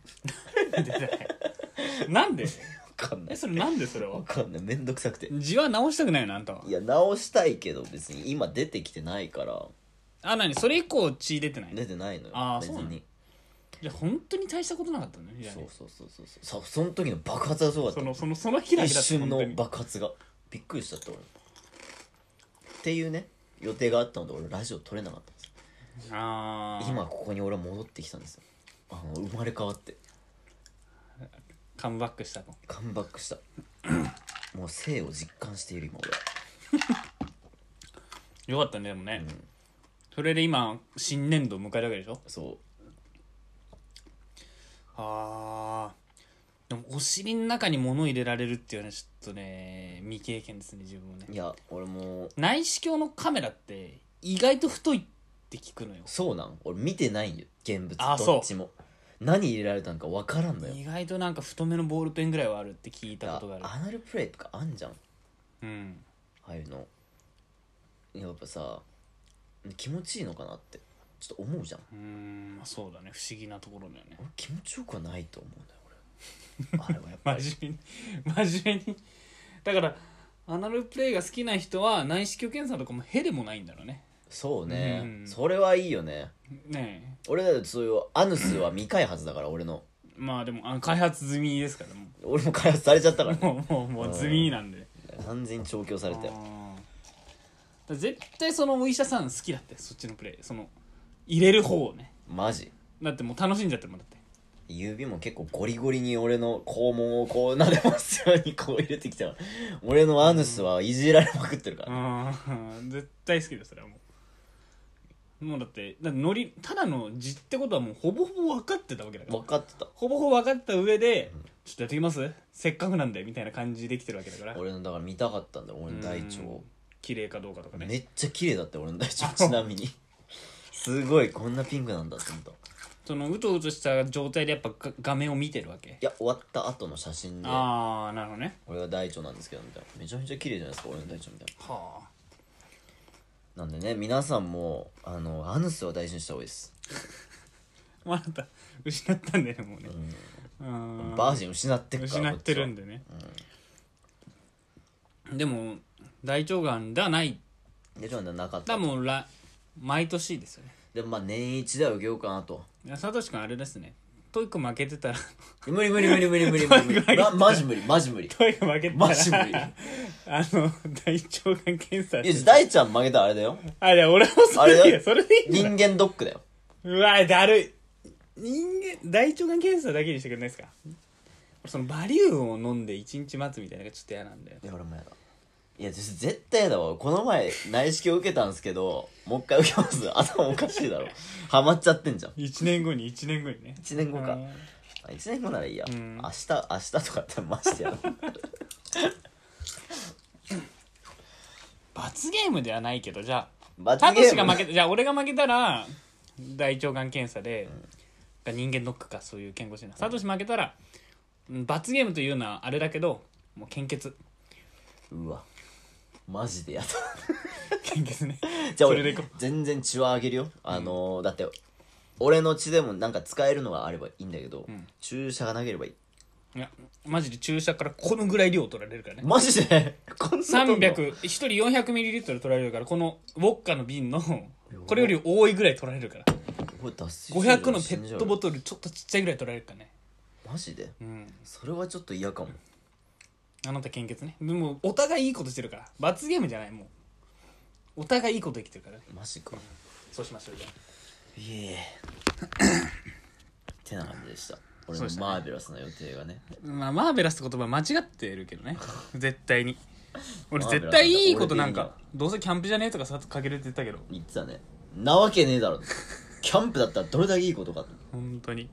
[SPEAKER 1] なんで *laughs*
[SPEAKER 2] わかんな
[SPEAKER 1] え
[SPEAKER 2] い
[SPEAKER 1] それなんでそれは
[SPEAKER 2] わかんないめんどくさくて
[SPEAKER 1] 字は直したくないよなあんたはい
[SPEAKER 2] や直したいけど別に今出てきてないから
[SPEAKER 1] あ何それ以降血出てない
[SPEAKER 2] 出てないのよ
[SPEAKER 1] あー
[SPEAKER 2] 別
[SPEAKER 1] そうなの
[SPEAKER 2] に
[SPEAKER 1] じゃあ本当に大したことなかったのねじゃあ
[SPEAKER 2] そう
[SPEAKER 1] ね
[SPEAKER 2] そうそうそうそうそその時の爆発がすごかった
[SPEAKER 1] そのそのその日だ
[SPEAKER 2] 一
[SPEAKER 1] けだった
[SPEAKER 2] 瞬の
[SPEAKER 1] 本当に
[SPEAKER 2] 爆発がびっくりしちゃった俺っていうね予定があったので俺ラジオ撮れなかったんですよ
[SPEAKER 1] ああ
[SPEAKER 2] 今ここに俺は戻ってきたんですよあの生まれ変わって
[SPEAKER 1] カムバックしたと
[SPEAKER 2] カムバック
[SPEAKER 1] *clears throat*
[SPEAKER 2] したもう生を実感している今俺は
[SPEAKER 1] よかったねでもね、それで今新年度を迎えるわけでしょ
[SPEAKER 2] そ
[SPEAKER 1] あーでもお尻の中に物入れられるっていうのはちょっとね未経験ですね自分もね
[SPEAKER 2] ういや俺も
[SPEAKER 1] 内視鏡のカメラって意外と太いって聞くのよ
[SPEAKER 2] そうなん俺見てないんよ現物
[SPEAKER 1] あ
[SPEAKER 2] どっちも何入れられたのか分からんのよ
[SPEAKER 1] 意外となんか太めのボールペンぐらいはあるって聞いたことがある
[SPEAKER 2] アナルプレイとかあんじゃん
[SPEAKER 1] うん
[SPEAKER 2] ああいうのやっぱさ気持ちいいのかなってちょっと思うじゃん
[SPEAKER 1] うーんまあそうだね不思議なところだよね
[SPEAKER 2] 俺気持ちよくはないと思うん
[SPEAKER 1] *laughs*
[SPEAKER 2] だよ俺あれはやっぱり
[SPEAKER 1] 真面目に *laughs* 真面目にだからアナログプレイが好きな人は内視鏡検査とかもへでもないんだろうね
[SPEAKER 2] そうね、
[SPEAKER 1] うん
[SPEAKER 2] それはいいよね
[SPEAKER 1] ね
[SPEAKER 2] 俺だってそういうアヌスは未開発だから俺の
[SPEAKER 1] えまあでもあの開発済みですからも
[SPEAKER 2] 俺も開発されちゃったから
[SPEAKER 1] *laughs* うもうもうもう済みなんで
[SPEAKER 2] 完全に調教されたよ
[SPEAKER 1] あー絶対そのお医者さん好きだってそっちのプレイその入れる方をね
[SPEAKER 2] マジ
[SPEAKER 1] だってもう楽しんじゃってるもんだって
[SPEAKER 2] 指も結構ゴリゴリに俺の肛門をこう撫でますようにこう入れてきたら俺のアヌスはいじられまくってるから、
[SPEAKER 1] うん絶対好きだよそれはもうもうだってだってのりただの字ってことはもうほぼほぼ分かってたわけだから
[SPEAKER 2] 分かってた
[SPEAKER 1] ほぼほぼ分かった上で、ちょっとやってきますせっかくなんでみたいな感じできてるわけだから
[SPEAKER 2] 俺のだから見たかったんだよ俺の大腸を
[SPEAKER 1] 綺麗かどうかとかね
[SPEAKER 2] めっちゃ綺麗だって俺の大腸 *laughs* ちなみにすごいこんなピンクなんだって思ったい
[SPEAKER 1] そのうとうとした状態でやっぱが画面を見てるわけ
[SPEAKER 2] や終わった後の写真で
[SPEAKER 1] ああなるほどね
[SPEAKER 2] 俺が大腸なんですけどみたいなめちゃめちゃ綺麗じゃないですか俺の大腸みたい
[SPEAKER 1] はあ
[SPEAKER 2] ななんでね皆さんもあのアヌスは大事にした方がいいです
[SPEAKER 1] また失ったんだよねもうねうん
[SPEAKER 2] バージン失ってくから
[SPEAKER 1] 失ってるん
[SPEAKER 2] こ
[SPEAKER 1] でね、でも大腸がんではない
[SPEAKER 2] っちはでちょっとなかった
[SPEAKER 1] だもうら毎年ですよね
[SPEAKER 2] でもまあ年一では受けようかなと
[SPEAKER 1] いやサトシ君あれですねトイック負けてたら *laughs*
[SPEAKER 2] 無理無理無理無理無理無理無理、ま、マジ無理マジ
[SPEAKER 1] *laughs*
[SPEAKER 2] 無理
[SPEAKER 1] トイック負けてた
[SPEAKER 2] マジ無理い
[SPEAKER 1] らあの大腸がん検査
[SPEAKER 2] や大ちゃん負けたらあれだよ
[SPEAKER 1] あいや俺もそれで
[SPEAKER 2] あ
[SPEAKER 1] い
[SPEAKER 2] れ
[SPEAKER 1] いよそれでいい
[SPEAKER 2] 人
[SPEAKER 1] んだ
[SPEAKER 2] 間ドックだよ
[SPEAKER 1] うわだるい人間大腸がん検査だけにしてくれないですか俺そのバリウムを飲んで1日待つみたいなのがちょっと嫌なんだよ
[SPEAKER 2] いや俺もやだいや絶絶対やだわこの前内視鏡受けたんですけどもう一回受けます頭おかしいだろハマっちゃってんじゃん
[SPEAKER 1] 1年後に1年後にね
[SPEAKER 2] 1年後か
[SPEAKER 1] うん
[SPEAKER 2] あ1年後ならいいや、
[SPEAKER 1] ん
[SPEAKER 2] 明日明日とかだってマジで
[SPEAKER 1] *laughs*
[SPEAKER 2] やだ
[SPEAKER 1] 罰ゲームではないけどじゃあ
[SPEAKER 2] 罰
[SPEAKER 1] た
[SPEAKER 2] ゲ
[SPEAKER 1] とし
[SPEAKER 2] ー
[SPEAKER 1] が
[SPEAKER 2] ム
[SPEAKER 1] 負けたじゃあ俺が負けたら大腸がん検査で、人間ドックかそういう健康診断サトシ負けたらうん罰ゲームというのはあれだけどもう献血
[SPEAKER 2] うわマジでやだ
[SPEAKER 1] 献血ね
[SPEAKER 2] *laughs* じゃあ
[SPEAKER 1] それで
[SPEAKER 2] 俺
[SPEAKER 1] いこう
[SPEAKER 2] 全然血はあげるよあのーだって俺の血でもなんか使えるのがあればいいんだけど、注射がなければいい
[SPEAKER 1] いやマジで注射からこのぐらい量取られるからね
[SPEAKER 2] マジで *laughs* こんな取んの
[SPEAKER 1] 300一人 400ml 取られるからこのウォッカの瓶のこれより多いぐらい取られるから
[SPEAKER 2] これ脱水症状
[SPEAKER 1] 500のペ
[SPEAKER 2] 死ん
[SPEAKER 1] ッ
[SPEAKER 2] じゃう
[SPEAKER 1] トボトルちょっとちっちゃいぐらい取られるからね
[SPEAKER 2] マジで
[SPEAKER 1] うん
[SPEAKER 2] それはちょっと嫌かも
[SPEAKER 1] あなた献血ねでもお互いいいことしてるから罰ゲームじゃないもうお互いいいこと生きてるからね
[SPEAKER 2] マジか
[SPEAKER 1] そうしましょうじゃあ
[SPEAKER 2] いえ
[SPEAKER 1] *laughs*
[SPEAKER 2] ってな感じでした俺
[SPEAKER 1] そ
[SPEAKER 2] の
[SPEAKER 1] うでしたね
[SPEAKER 2] マーベラスな予定がね
[SPEAKER 1] まあ、マーベラスって言葉間違ってるけどね *laughs* 絶対に俺
[SPEAKER 2] マーベ
[SPEAKER 1] 絶
[SPEAKER 2] ラスだ
[SPEAKER 1] 対いいことなん
[SPEAKER 2] 俺
[SPEAKER 1] か
[SPEAKER 2] で
[SPEAKER 1] どうせキャンプじゃねえとかさかけるって言ったけど
[SPEAKER 2] 言ってたねなわけねえだろキャンプだったらどれだけいいことかと
[SPEAKER 1] 本当に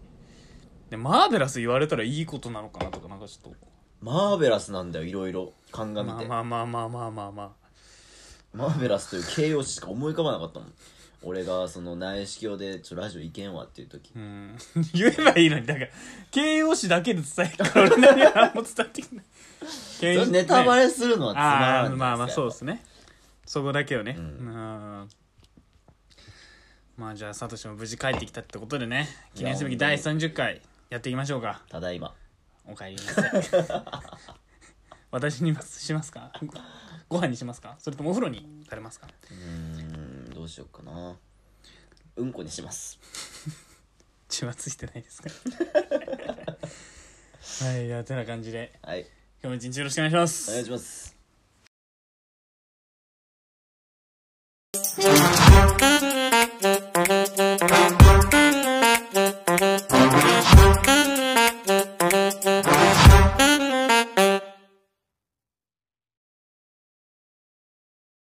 [SPEAKER 1] でマーベラス言われたらいいことなのかなとかなんかちょっと
[SPEAKER 2] マーベラスなんだよいろいろ鑑み
[SPEAKER 1] まあ
[SPEAKER 2] て、
[SPEAKER 1] まあまあまあまあまあまあ
[SPEAKER 2] マーベラスという形容詞しか思い浮かばなかったもん俺がその内視鏡でちょラジオ行けんわっていう時
[SPEAKER 1] うん *laughs* 言えばいいのにだから形容詞だけで伝えるから俺何は何も伝わってきない
[SPEAKER 2] そ
[SPEAKER 1] 形
[SPEAKER 2] れ
[SPEAKER 1] 容詞ね
[SPEAKER 2] ネタバレするのはつまら
[SPEAKER 1] あ
[SPEAKER 2] ない
[SPEAKER 1] あまあまあそう
[SPEAKER 2] う
[SPEAKER 1] ですねそこだけをね
[SPEAKER 2] う
[SPEAKER 1] うんんまあじゃあサトシも無事帰ってきたってことでね記念すべき第30回やっていきましょうか
[SPEAKER 2] ただいま
[SPEAKER 1] お帰りな *laughs* さい私にしますかご飯にしますかそれともお風呂にされますか
[SPEAKER 2] うーんどうしようかなうんこにします
[SPEAKER 1] 血はついてない *laughs* ですかはいじゃあてな感じで
[SPEAKER 2] はい
[SPEAKER 1] 今日も一日よろしくお願いします
[SPEAKER 2] お願いします